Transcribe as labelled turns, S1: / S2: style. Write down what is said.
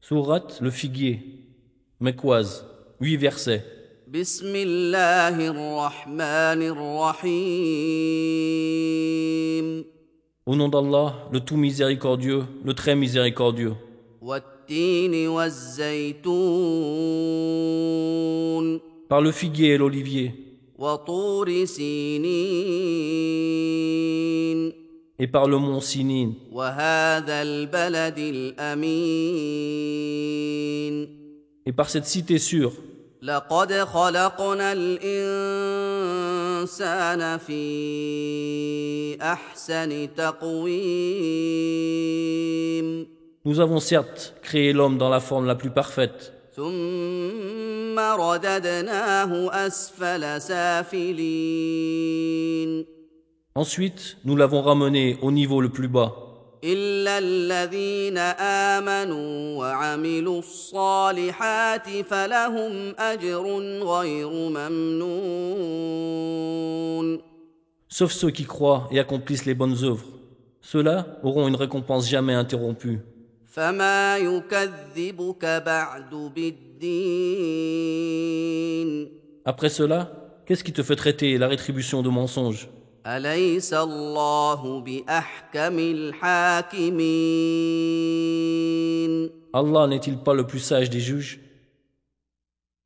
S1: Sourate le figuier, Mekwaz, 8 versets.
S2: بسم الله الرحمن الرحيم
S1: Au nom d'Allah, le tout miséricordieux, le très miséricordieux,
S2: والتين والزيتون
S1: par le figuier et l'olivier,
S2: وطور سينين
S1: et par le mont Sinin,
S2: وهذا البلد الامين
S1: et par cette cité sûre.
S2: لقد خلقنا الانسان في احسن تقويم
S1: Nous avons certes créé l'homme dans la forme la plus parfaite,
S2: ثم رددناه اسفل سافلين
S1: ensuite nous l'avons ramené au niveau le plus bas,
S2: الا الذين امنوا وعملوا الصالحات فلهم اجر غير ممنون
S1: sauf ceux qui croient et accomplissent les bonnes œuvres. Ceux-là auront une récompense jamais interrompue.
S2: فما يكذبك بعد بالدين
S1: Après cela, qu'est-ce qui te fait traiter la rétribution de mensonges
S2: اليس الله باحكم الحاكمين
S1: Allah n'est-il pas le plus sage des juges